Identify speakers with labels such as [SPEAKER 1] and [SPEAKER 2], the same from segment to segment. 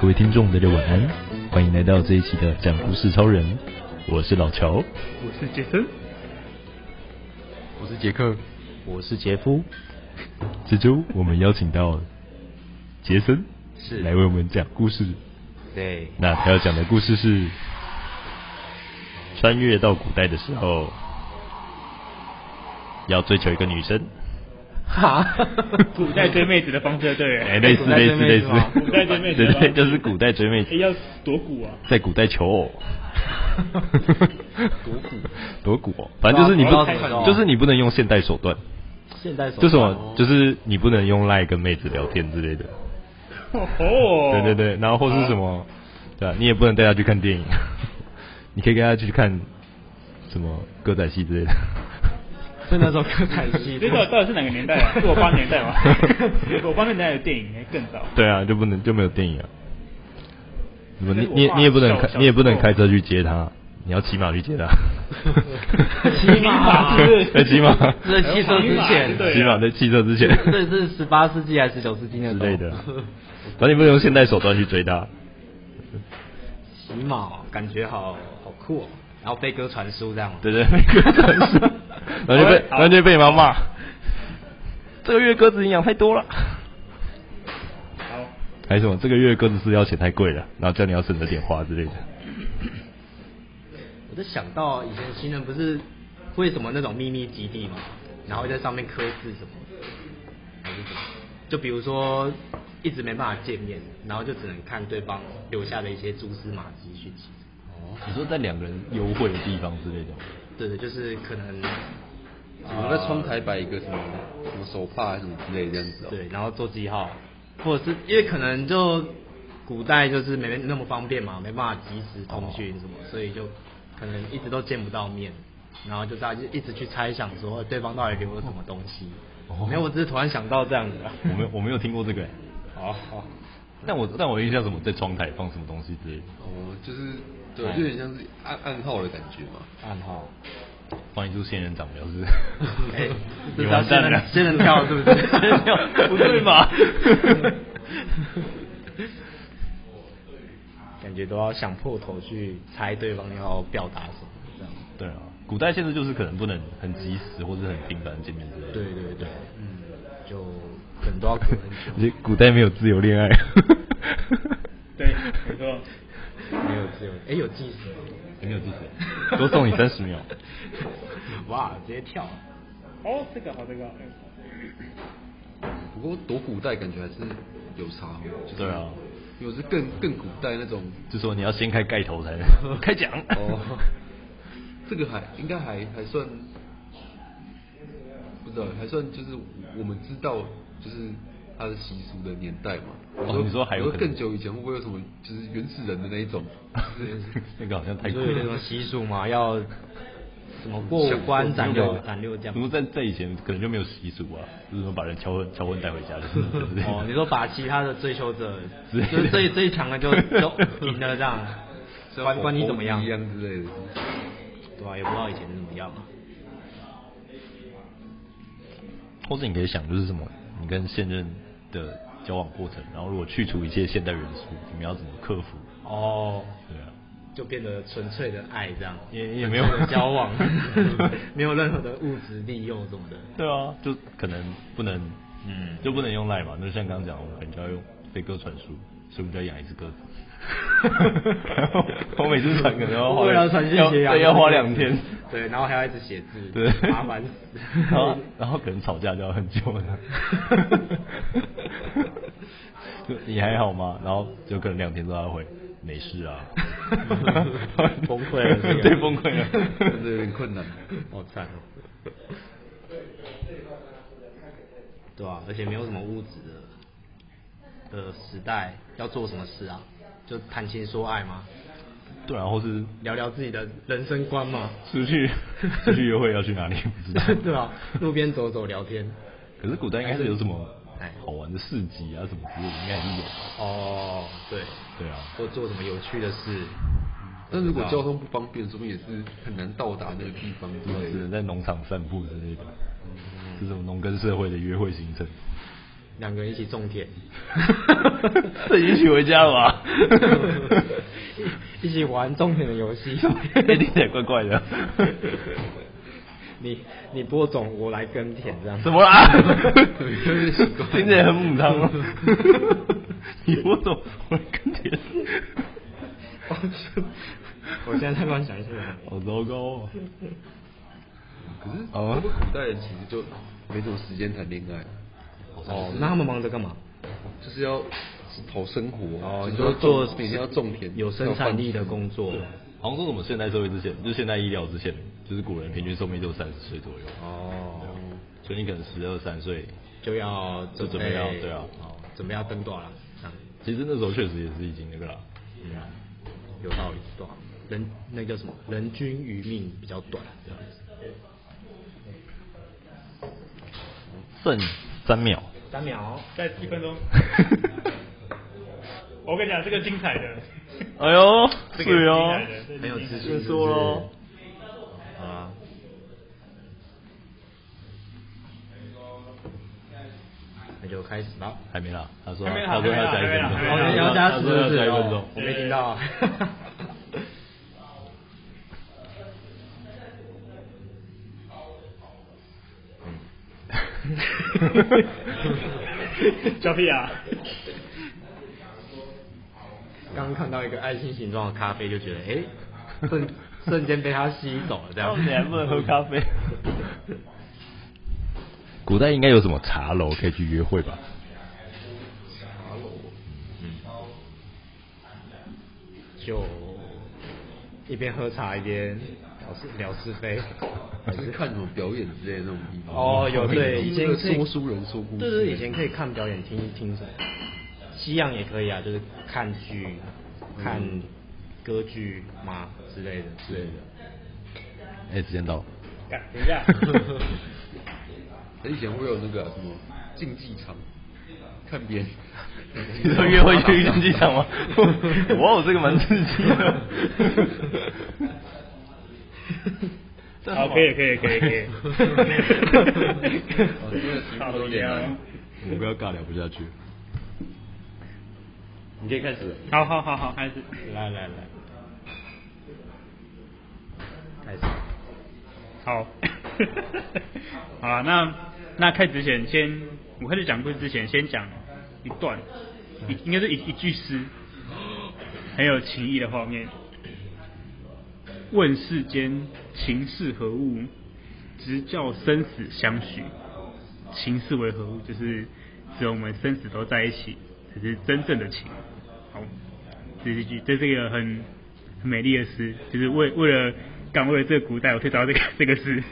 [SPEAKER 1] 各位听众，大家晚安，欢迎来到这一期的讲故事超人，我是老乔，
[SPEAKER 2] 我是杰森，
[SPEAKER 3] 我是杰克，
[SPEAKER 4] 我是杰夫。
[SPEAKER 1] 这周我们邀请到杰森
[SPEAKER 3] 是
[SPEAKER 1] 来为我们讲故事。
[SPEAKER 3] 对，
[SPEAKER 1] 那他要讲的故事是穿越到古代的时候，要追求一个女生，
[SPEAKER 3] 哈，
[SPEAKER 2] 古代追妹子的方式，对了，
[SPEAKER 1] 哎，类似
[SPEAKER 3] 古代
[SPEAKER 1] 类
[SPEAKER 3] 追
[SPEAKER 1] 似
[SPEAKER 3] 妹
[SPEAKER 1] 类
[SPEAKER 3] 子
[SPEAKER 1] 似
[SPEAKER 3] 吗，
[SPEAKER 2] 古代追妹子
[SPEAKER 1] 对
[SPEAKER 2] 吗
[SPEAKER 1] 对，就是古代追妹子
[SPEAKER 2] 哎，要多古啊，
[SPEAKER 1] 在古代求 偶。
[SPEAKER 3] 多古
[SPEAKER 1] 多古哦，反正就是你
[SPEAKER 3] 不知道怎么
[SPEAKER 1] 不，
[SPEAKER 3] 说
[SPEAKER 1] 就是你不能用现代手段，
[SPEAKER 4] 现代手段
[SPEAKER 1] 就什么，就是你不能用赖跟妹子聊天之类的，
[SPEAKER 2] 哦，
[SPEAKER 1] 对对，对，然后或是什么，对啊，你也不能带她去看电影， 你可以跟她去看什么歌仔戏之类的，
[SPEAKER 3] 所以那时候歌仔 戏
[SPEAKER 2] 这到到底是哪个年代 啊？是我八年代吗？我八年代的电影还更早，
[SPEAKER 1] 对啊，就不能就没有电影啊，什么
[SPEAKER 2] 这
[SPEAKER 1] 你
[SPEAKER 2] 是哎我
[SPEAKER 1] 你也
[SPEAKER 2] 爸
[SPEAKER 1] 你也不能
[SPEAKER 2] 小
[SPEAKER 1] 开
[SPEAKER 2] 小
[SPEAKER 1] 你也不能
[SPEAKER 2] 时候
[SPEAKER 1] 开车去接她，你要骑马去接她，
[SPEAKER 4] 骑 马
[SPEAKER 2] 是不是
[SPEAKER 1] 对骑马，
[SPEAKER 3] 这是汽车之前，
[SPEAKER 2] 对啊
[SPEAKER 1] 骑马在汽车之前，
[SPEAKER 4] 这是十八世纪还是十九世纪那
[SPEAKER 1] 之
[SPEAKER 4] 种
[SPEAKER 1] 类的。 反正你不能用现代手段去追她。
[SPEAKER 3] 骑马，感觉好好酷哦。然后飞鸽传书这样，
[SPEAKER 1] 对对，每个人 都是然后就被然
[SPEAKER 2] 好
[SPEAKER 1] 后就被你妈骂，这个月鸽子营养太多了，
[SPEAKER 2] 好，
[SPEAKER 1] 还有什么这个月鸽子饲料钱太贵了，然后叫你要省着点花之类的。
[SPEAKER 3] 我就想到以前新人不是为什么那种秘密基地嘛，然后在上面刻字什么，还是什么，就比如说一直没办法见面，然后就只能看对方留下的一些蛛丝马迹去记。
[SPEAKER 1] 你说在两个人幽会的地方之类的，
[SPEAKER 3] 对对，就是可能
[SPEAKER 5] 我在窗台摆一个什么什么手帕什么之类的这样子哦、
[SPEAKER 3] 对，然后做记号，或者是因为可能就古代就是没那么方便嘛，没办法及时通讯什么，所以就可能一直都见不到面，然后就大家就一直去猜想说对方到底留了什么东西。
[SPEAKER 1] 哦
[SPEAKER 3] 没有，我只是突然想到这样子啊。
[SPEAKER 1] 我没有我没有听过这个、欸，
[SPEAKER 3] 好好，
[SPEAKER 1] 但我但我印象什么在窗台放什么东西之类的，
[SPEAKER 5] 哦，就是对，就有点像是暗暗号的感觉嘛。
[SPEAKER 3] 暗号。
[SPEAKER 1] 放一株仙人掌表示。
[SPEAKER 3] 哎，
[SPEAKER 1] 你
[SPEAKER 3] 这
[SPEAKER 1] 完
[SPEAKER 3] 叫仙
[SPEAKER 1] 蛋了
[SPEAKER 3] 人，仙人跳是不 是？
[SPEAKER 1] 仙人跳 不对 吧？
[SPEAKER 3] 感觉都要想破头去猜对方要表达什么，这样。
[SPEAKER 1] 对啊，古代限制就是可能不能很及时或者很频繁见面之类的。
[SPEAKER 3] 对对对，嗯，就可能都要隔很久，
[SPEAKER 1] 你古代没有自由恋爱，
[SPEAKER 2] 对，没错，
[SPEAKER 3] 没有自由。哎，有计时吗？
[SPEAKER 1] 有没有记得？多送你三十秒。
[SPEAKER 3] 哇，直接跳！
[SPEAKER 2] 哦，这个好，这个好，
[SPEAKER 5] 不过躲古代感觉还是有差哦，就是
[SPEAKER 1] 对啊，
[SPEAKER 5] 有是更更古代那 种。
[SPEAKER 1] 就说你要先开盖头才能开奖。
[SPEAKER 5] 哦，这个还应该还还算，不知道还算就是我们知道就是它的习俗的年代嘛。我
[SPEAKER 1] 你说还有
[SPEAKER 5] 我
[SPEAKER 1] 可能
[SPEAKER 5] 更久以前会不会有什么就是原始人的那一种？
[SPEAKER 1] 那个好像太
[SPEAKER 3] 你
[SPEAKER 1] 酷
[SPEAKER 3] 说有那种
[SPEAKER 1] 了。
[SPEAKER 3] 习俗嘛，要什么过五关斩六斩六将
[SPEAKER 1] 不。过在在以前可能就没有习俗啊，就是说把人敲昏敲昏带回家，就是对不对？
[SPEAKER 3] 哦，你说把其他的追求者，
[SPEAKER 1] 之类的
[SPEAKER 3] 就是最最强的就就赢了这样，管管你怎么样
[SPEAKER 5] 一，样之类的。
[SPEAKER 3] 对啊吧、也不知道以前怎么样嘛。
[SPEAKER 1] 或者你可以想就是什么，你跟现任的交往过程，然后如果去除一切现代元素，你们要怎么克服？
[SPEAKER 3] 哦，
[SPEAKER 1] 对啊，
[SPEAKER 3] 就变得纯粹的爱这样，
[SPEAKER 1] 也也没有
[SPEAKER 3] 纯粹的交往，没有任何的物质利用什么的。
[SPEAKER 1] 对啊，就可能不能，
[SPEAKER 3] 嗯
[SPEAKER 1] 就不能用赖嘛。就像刚刚讲，我们可能就要用飞鸽传书，所以我们就要养一只鸽子。 我每次传可能 要花
[SPEAKER 3] 为了传讯
[SPEAKER 1] 要
[SPEAKER 3] 息啊，
[SPEAKER 1] 对，要花两天。
[SPEAKER 3] 对，然后还要一直写字，
[SPEAKER 1] 对，
[SPEAKER 3] 麻烦死。
[SPEAKER 1] 然后然后可能吵架就要很久了。 就你还好吗？然后就可能两天之后他回，没事 啊。
[SPEAKER 3] 崩溃了这个
[SPEAKER 1] 对，崩溃了。
[SPEAKER 5] 真的有点困难。
[SPEAKER 3] 好惨哦。对啊，而且没有什么物质的的时代，要做什么事啊？就谈情说爱吗？
[SPEAKER 1] 对啊，或是
[SPEAKER 3] 聊聊自己的人生观吗？
[SPEAKER 1] 出去出去约会要去哪里？不知道。
[SPEAKER 3] 对啊，路边走走聊天。
[SPEAKER 1] 可是古代应该是有什么
[SPEAKER 3] 哎
[SPEAKER 1] 好玩的市集啊什么之类的，应该还是有吧。
[SPEAKER 3] 哦，对，
[SPEAKER 1] 对啊，
[SPEAKER 3] 或做什么有趣的事。
[SPEAKER 5] 但如果交通不方便，说明也是很难到达那个地方，对
[SPEAKER 1] 只
[SPEAKER 5] 不对？
[SPEAKER 1] 能在农场散步之类的。
[SPEAKER 3] 嗯，
[SPEAKER 1] 是什么农耕社会的约会行程，
[SPEAKER 3] 两个人一起种田，
[SPEAKER 1] 这已经娶回家了吧？
[SPEAKER 3] 一起玩种田的游戏，
[SPEAKER 1] 这听起来怪怪 的。
[SPEAKER 3] 你你播种，我来耕田，这样
[SPEAKER 1] 怎么 啦？
[SPEAKER 5] 奇怪
[SPEAKER 1] 听起来很母 汤哦。你不懂，我跟田。
[SPEAKER 3] 我现在在乱想一些。
[SPEAKER 1] 好糟糕哦！
[SPEAKER 5] 可是
[SPEAKER 1] 哦
[SPEAKER 5] 会不会古代人其实就没什么时间谈恋爱，
[SPEAKER 3] 哦，那他们忙着干嘛？
[SPEAKER 5] 就是要讨生活，啊
[SPEAKER 3] 哦，你
[SPEAKER 5] 就是
[SPEAKER 3] 说
[SPEAKER 5] 要
[SPEAKER 3] 做
[SPEAKER 5] 种每天要种田，
[SPEAKER 3] 有生产力的工作。
[SPEAKER 1] 好像说什么现代社会之前，就是现代医疗之前，就是古人平均寿命就三十岁左右，
[SPEAKER 3] 哦，
[SPEAKER 1] 所以你可能十二三岁，
[SPEAKER 3] 就要
[SPEAKER 1] 就准备要对啊
[SPEAKER 3] 哦，准备要登多少了？这样
[SPEAKER 1] 其实那时候确实也是已经那个了。
[SPEAKER 3] 对啊，有道理，对啊，人那叫什么？人均余命比较短，这样
[SPEAKER 1] 剩三 秒，
[SPEAKER 3] 三秒，
[SPEAKER 2] 再一分 钟。我跟你讲，这个精彩的，
[SPEAKER 1] 哎呦，
[SPEAKER 3] 啊
[SPEAKER 2] 这个
[SPEAKER 1] 是
[SPEAKER 2] 精
[SPEAKER 1] 哦
[SPEAKER 2] 彩，的，这个
[SPEAKER 3] 很有
[SPEAKER 2] 精彩
[SPEAKER 3] 自
[SPEAKER 2] 的
[SPEAKER 3] 信，
[SPEAKER 1] 说咯
[SPEAKER 3] 好啊。那就开始吧。
[SPEAKER 1] 还没啦，他说
[SPEAKER 2] 还没啦
[SPEAKER 1] 他说要
[SPEAKER 2] 还
[SPEAKER 1] 加一
[SPEAKER 2] 没
[SPEAKER 1] 分
[SPEAKER 2] 啦
[SPEAKER 1] 钟，
[SPEAKER 2] 还没啦还没啦
[SPEAKER 1] 他说他
[SPEAKER 3] 还
[SPEAKER 1] 说
[SPEAKER 3] 没啦
[SPEAKER 1] 要加一分
[SPEAKER 3] 哦
[SPEAKER 1] 钟，
[SPEAKER 3] 我没听到。
[SPEAKER 2] 小屁啊！
[SPEAKER 3] 刚看到一个爱心形状的咖啡，就觉得哎、诶瞬瞬间被它吸走了，这样
[SPEAKER 1] 到。底还不能喝咖啡？古代应该有什么茶楼可以去约会吧？
[SPEAKER 3] 就一边喝茶一边聊是聊是非。
[SPEAKER 5] 就是看什么表演之类的那种地方。
[SPEAKER 3] 哦，有对，以
[SPEAKER 5] 听
[SPEAKER 3] 前
[SPEAKER 5] 那个
[SPEAKER 3] 可以
[SPEAKER 5] 说书人说故事。
[SPEAKER 3] 对对，对以前可以看表演，听听什么，西洋也可以啊， 就是看剧、看歌剧嘛之类的之类的。
[SPEAKER 1] 哎、时间到了。
[SPEAKER 2] 干等一下，
[SPEAKER 5] 那以前会有那个啊、什么竞技场，看别人。
[SPEAKER 1] 你说约会去竞技 场吗？哇哦，这个蛮刺激的。 这
[SPEAKER 2] 好，可以，可以，可以，可以。
[SPEAKER 5] 哦这个题
[SPEAKER 2] 好
[SPEAKER 5] 目有点难。
[SPEAKER 1] 我们不要尬聊不下去。
[SPEAKER 3] 你可以开始，
[SPEAKER 2] 好好好好，开始。
[SPEAKER 3] 来来来，开始。
[SPEAKER 2] 好， 好啊，那那开始之前先，我开始讲故事之前，先讲一段，一应该是一一句诗，很有情意的画面。问世间情是何物，直教生死相许。情是为何物？就是只有我们生死都在一起，才是真正的情。好，这是一句，这是一个很很美丽的诗，就是为为了刚为了这个古代，我去找到这个 这个诗。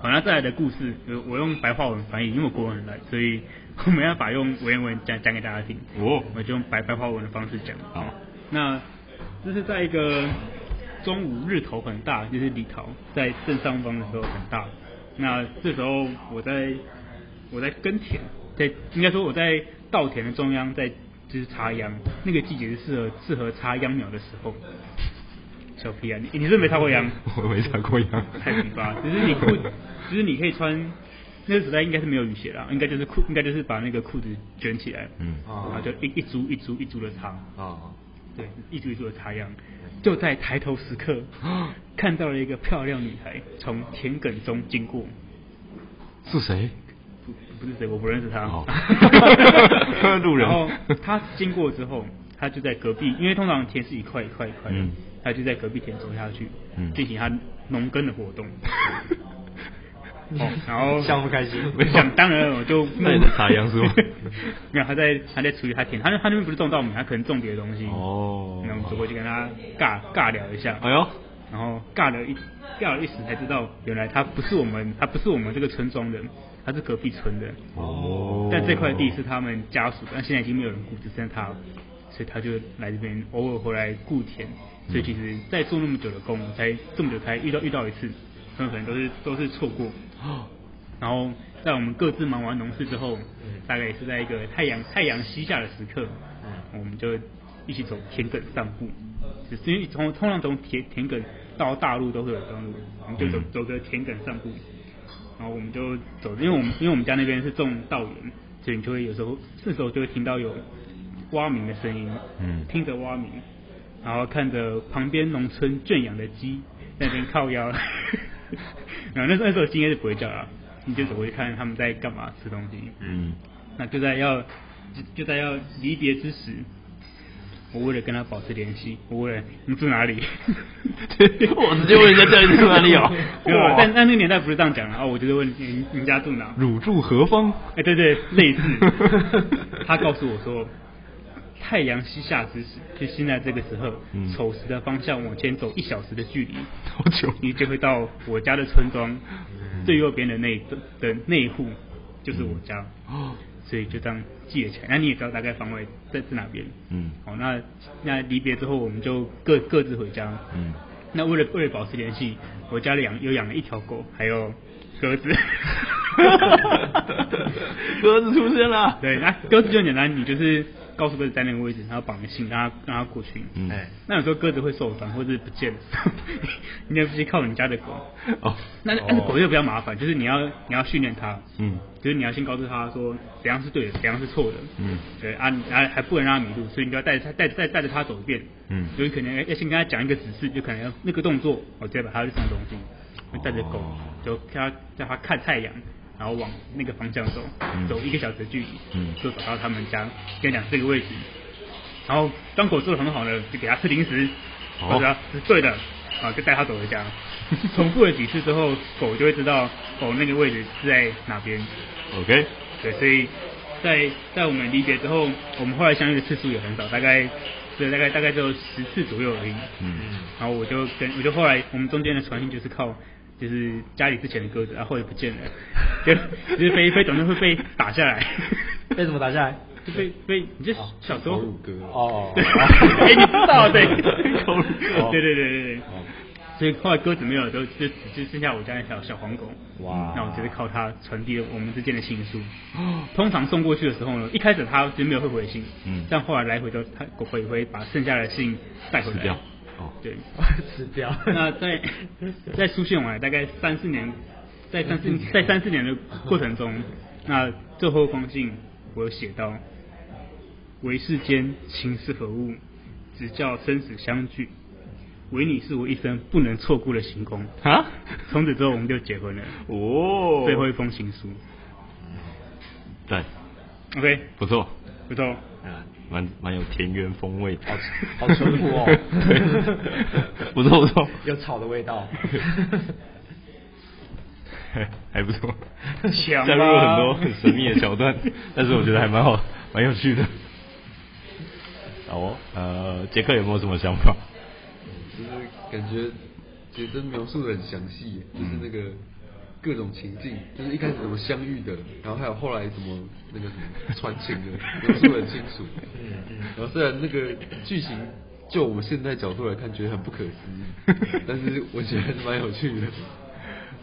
[SPEAKER 2] 好，那再来的故事，我我用白话文翻译，因为我国文很烂，所以我没办法用文言文讲讲给大家听。
[SPEAKER 1] 哦
[SPEAKER 2] 我就用白白话文的方式讲。好，那这是在一个中午日头很大，就是李桃在正上方的时候很大。那这时候我在我在耕田，在应该说我在稻田的中央在就是插秧，那个季节是适合适合插秧苗的时候。小皮啊，你你是没插过 秧？
[SPEAKER 1] 我没插过秧，
[SPEAKER 2] 太疲乏，只是你裤，只是你可以穿，那个时代应该是没有雨鞋啦，应该就是裤，应该就是把那个裤子卷起来，
[SPEAKER 1] 嗯
[SPEAKER 2] 然后就一一株一株一株的插，
[SPEAKER 3] 哦，
[SPEAKER 2] 对，一株一株的插秧。就在抬头时 刻，看到了一个漂亮女孩从田埂中经过，
[SPEAKER 1] 是谁？
[SPEAKER 2] 不不是谁，我不认识他。
[SPEAKER 1] 哦路人
[SPEAKER 2] 然后他经过之后，他就在隔壁，因为通常田是一块一块一块的，
[SPEAKER 1] 嗯
[SPEAKER 2] 他就在隔壁田走下去，
[SPEAKER 1] 嗯
[SPEAKER 2] 进行他农耕的 活动。哦，然后
[SPEAKER 3] 笑不开心
[SPEAKER 2] 我想当然我就
[SPEAKER 1] 那你在插秧是吗
[SPEAKER 2] 没有，他在他在处理他田，他那他那边不是种稻米，他可能种别的东西。
[SPEAKER 1] 哦
[SPEAKER 2] 然后嗯我走过去跟他尬尬聊一下。
[SPEAKER 1] 哎呦，
[SPEAKER 2] 然后尬了一尬了一时才知道，原来他不是我们，他不是我们这个村庄的，他是隔壁村的。
[SPEAKER 1] 哦
[SPEAKER 2] 但这块地是他们家属的，但现在已经没有人顾，只剩他了，所以他就来这边偶尔回来顾田。所以其实，在做那么久的工，才这么久才遇到遇到一次，很有可能都是都是错过。
[SPEAKER 1] 哦
[SPEAKER 2] 然后在我们各自忙完农事之后，大概也是在一个太阳太阳西下的时刻，我们就一起走田埂散步。就是因为从通常从田田埂到大路都会有公路，我们就走
[SPEAKER 1] 嗯
[SPEAKER 2] 走个田埂散步。然后我们就走，因为我们因为我们家那边是种稻园，所以你就会有时候这时候就会听到有蛙鸣的声音，
[SPEAKER 1] 嗯
[SPEAKER 2] 听着蛙鸣，然后看着旁边农村圈养的鸡在那边靠腰， 然后那时候那时候鸡应该是不会叫啦，你就只会看他们在干嘛吃东西，
[SPEAKER 1] 嗯，
[SPEAKER 2] 那就在要就就在要离别之时，我为了跟他保持联系，我问了你住哪里？
[SPEAKER 4] 我直接问人家叫你住哪里哦
[SPEAKER 2] 没有啊
[SPEAKER 4] 哇
[SPEAKER 2] 但但那个年代不是这样讲的哦，我就是问你你家住哪？
[SPEAKER 1] 汝住何方？
[SPEAKER 2] 哎，对对，类似。他告诉我说，太阳西下之时，就现在这个时候，
[SPEAKER 1] 嗯
[SPEAKER 2] 丑时的方向往前走一小时的距离，
[SPEAKER 1] 好久
[SPEAKER 2] 你就会到我家的村庄最右边的那一栋的那一户，就是我家。哦所以就这样记了起来。那你也知道大概方位在是哪边。
[SPEAKER 1] 嗯
[SPEAKER 2] 好，那那离别之后，我们就各各自回家。
[SPEAKER 1] 嗯，
[SPEAKER 2] 那为了为了保持联系，我家里养又养了一条狗，还有鸽子。
[SPEAKER 4] 鸽子出生了，
[SPEAKER 2] 对，那鸽子就很简单，你就是告诉鸽子在那个位置，然后绑个信，让它让它过去。
[SPEAKER 1] 嗯
[SPEAKER 3] 哎，
[SPEAKER 2] 那有时候鸽子会受伤或者是不见了， 你要必须靠你家的狗。
[SPEAKER 1] 哦，
[SPEAKER 2] 那那个狗就比较麻烦，就是你要你要训练它，
[SPEAKER 1] 嗯
[SPEAKER 2] 就是你要先告诉它说怎样是对的，怎样是错的。
[SPEAKER 1] 嗯
[SPEAKER 2] 对啊，你啊还不能让它迷路，所以你就要带着它带带带着它走一遍。
[SPEAKER 1] 嗯
[SPEAKER 2] 有可能要先跟他讲一个指示，就可能要那个动作，我直接把它去送东西，就带着狗
[SPEAKER 1] 哦，
[SPEAKER 2] 就叫它叫它看太阳，然后往那个方向走，
[SPEAKER 1] 嗯
[SPEAKER 2] 走一个小时的距离，
[SPEAKER 1] 嗯
[SPEAKER 2] 就走到他们家，跟他讲这个位置，然后当狗做的很好呢，就给它吃零食，
[SPEAKER 1] 哦
[SPEAKER 2] 或者是对的，啊，就带它走回家。重复了几次之后，狗就会知道哦那个位置是在哪边，
[SPEAKER 1] ，OK，
[SPEAKER 2] 对，所以在在我们离别之后，我们后来相遇的次数也很少，大概对，大概大概只有十次左右而已。
[SPEAKER 1] 嗯
[SPEAKER 2] 然后我就跟我就后来我们中间的传讯就是靠就是家里之前的鸽子，然后也不见了，就就是飞一飞，总是会被打下来，
[SPEAKER 4] 被什么打下来？
[SPEAKER 2] 就被被你这小时候
[SPEAKER 5] 好乳鸽
[SPEAKER 4] 哦
[SPEAKER 2] 对，哎、你知道 对，
[SPEAKER 4] 哦
[SPEAKER 2] 对对对对对。所以后来鸽子没有了之后，就就剩下我家那条小黄狗。
[SPEAKER 4] 哇
[SPEAKER 2] 那我就是靠它传递了我们之间的情书。通常送过去的时候呢，一开始它就没有会回信，
[SPEAKER 1] 嗯
[SPEAKER 2] 但后来来回之后，它狗狗也会把剩下的信带回来。
[SPEAKER 1] 死掉哦
[SPEAKER 2] 对。
[SPEAKER 4] 吃掉
[SPEAKER 2] 那在在书信往来大概三四年，在三四在三四年的过程中，那最后一封信我有写到：唯世间情是何物，直教生死相聚。唯你是我一生不能错过的星空。
[SPEAKER 4] 啊？
[SPEAKER 2] 从此之后我们就结婚了，
[SPEAKER 4] 哦
[SPEAKER 2] 最后一封情书。
[SPEAKER 1] 赞，
[SPEAKER 2] OK，
[SPEAKER 1] 不错，
[SPEAKER 2] 不错。
[SPEAKER 1] 蛮蛮有田园风味的，
[SPEAKER 3] 好好淳朴哦
[SPEAKER 1] 对不错不错，
[SPEAKER 3] 有草的味道。
[SPEAKER 1] 还 还不错，
[SPEAKER 2] 强吧
[SPEAKER 1] 加入了很多很神秘的桥段，但是我觉得还蛮好，蛮有趣的。好哦，呃，杰克有没有什么想法？
[SPEAKER 5] 就是感觉杰森描述的很详细耶，就是那个各种情境，就是一开始怎么相遇的，然后还有后来怎么那个什么传情的，描述的很清楚。然后虽然那个剧情就我们现在角度来看觉得很不可思议，但是我觉得还是蛮有趣的。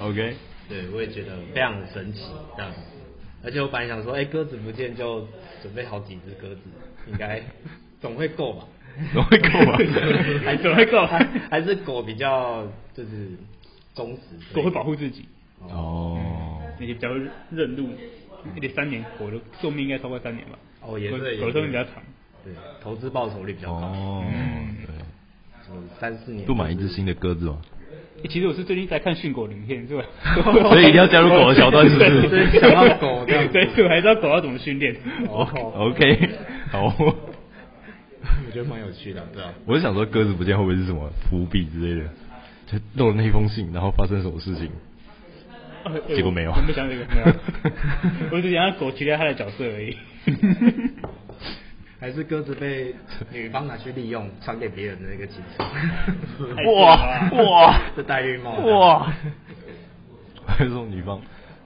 [SPEAKER 1] OK，
[SPEAKER 3] 对，我也觉得非常的神奇这样。而且我本来想说，哎、鸽子不见就准备好几只鸽子，应 该总会够吧？
[SPEAKER 1] 总会够吧
[SPEAKER 3] 还
[SPEAKER 2] 总会够
[SPEAKER 3] 还还是狗比较就是忠实，
[SPEAKER 2] 狗会保护自己，
[SPEAKER 1] 哦，
[SPEAKER 2] 那些比较认路，而且三年狗的寿命应该超过三年吧？
[SPEAKER 3] 哦也
[SPEAKER 2] 狗
[SPEAKER 3] 对，也
[SPEAKER 2] 狗的寿命比
[SPEAKER 3] 对
[SPEAKER 2] 较长。
[SPEAKER 3] 对，投资报酬率比较高，
[SPEAKER 1] 哦，
[SPEAKER 3] 有三四年
[SPEAKER 1] 对，不买一只新的鸽子哦吗？
[SPEAKER 2] 欸其实我是最近在看训狗的影片，是吧？
[SPEAKER 1] 所以一定要加入狗的桥段是不是
[SPEAKER 2] 对
[SPEAKER 3] 所以想到狗这样子
[SPEAKER 2] 对，所以我还知道狗要怎么训练。
[SPEAKER 1] 哦 OK，好哦，
[SPEAKER 3] 哦 我觉得蛮有趣的，对啊，
[SPEAKER 1] 我是想说鸽子不见会不会是什么伏笔之类的，就弄了那封信，然后发生什么事情？
[SPEAKER 2] 啊欸
[SPEAKER 1] 结果没有
[SPEAKER 2] 我我没想到这个， 没有。我只想让狗取代它的角色而已。
[SPEAKER 3] 还是鸽子被女方拿去利用，传给别人的那个情书。
[SPEAKER 2] 太哇 棒了
[SPEAKER 1] 哇
[SPEAKER 3] 这戴绿帽，，
[SPEAKER 1] 哇！还是送女方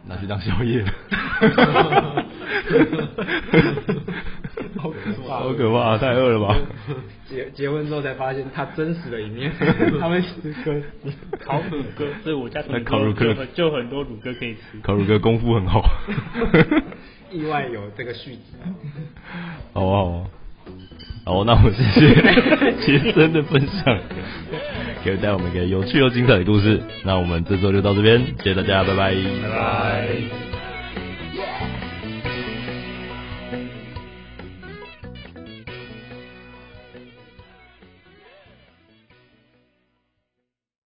[SPEAKER 1] 拿去当宵夜了，
[SPEAKER 3] 好可怕
[SPEAKER 1] 好可怕，太饿了吧？
[SPEAKER 3] 结结婚之后才发现他真实的 一面，他们是鸽，
[SPEAKER 2] 烤乳 鸽，所以我家从
[SPEAKER 1] 那烤乳鸽
[SPEAKER 2] 就很就很多乳鸽可以吃。
[SPEAKER 1] 烤乳哥功夫很好，
[SPEAKER 3] 意外有这个续集，
[SPEAKER 1] 好不好？啊好，那我们谢 谢杰森的分享，给带我们一个有趣又精彩的故事。那我们这周就到这边，谢谢大家，拜拜
[SPEAKER 2] 拜拜。
[SPEAKER 6] Yeah.